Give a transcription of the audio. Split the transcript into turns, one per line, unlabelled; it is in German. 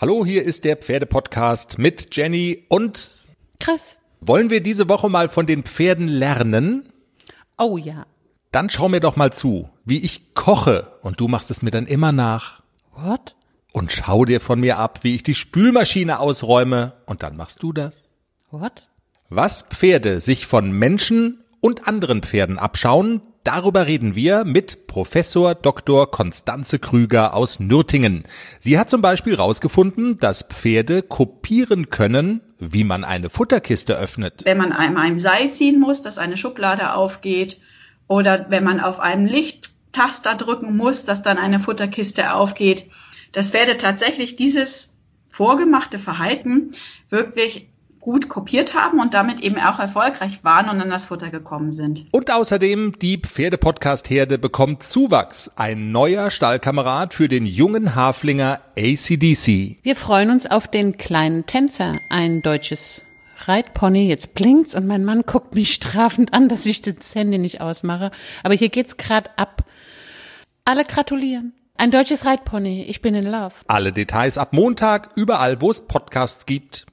Hallo, hier ist der Pferdepodcast mit Jenny und
Chris.
wollen wir diese Woche mal von den Pferden lernen?
Oh ja.
Dann schau mir doch mal zu, wie ich koche und du machst es mir dann immer nach.
What?
Und schau dir von mir ab, wie ich die Spülmaschine ausräume und dann machst du das.
What?
Was Pferde sich von Menschen und anderen Pferden abschauen, darüber reden wir mit Professor Dr. Konstanze Krüger aus Nürtingen. Sie hat zum Beispiel herausgefunden, dass Pferde kopieren können, wie man eine Futterkiste öffnet.
wenn man einmal ein Seil ziehen muss, dass eine Schublade aufgeht oder wenn man auf einem Lichttaster drücken muss, dass dann eine Futterkiste aufgeht, dass Pferde tatsächlich dieses vorgemachte Verhalten wirklich gut kopiert haben und damit eben auch erfolgreich waren und an das Futter gekommen sind.
Und außerdem, die Pferdepodcast-Herde bekommt Zuwachs, ein neuer Stallkamerad für den jungen Haflinger ACDC.
Wir freuen uns auf den kleinen Tänzer, ein deutsches Reitpony. Jetzt blinkt's und mein Mann guckt mich strafend an, dass ich das Handy nicht ausmache. Aber hier geht's grad ab. Alle gratulieren. Ein deutsches Reitpony. Ich bin in love.
Alle Details ab Montag, überall wo es Podcasts gibt.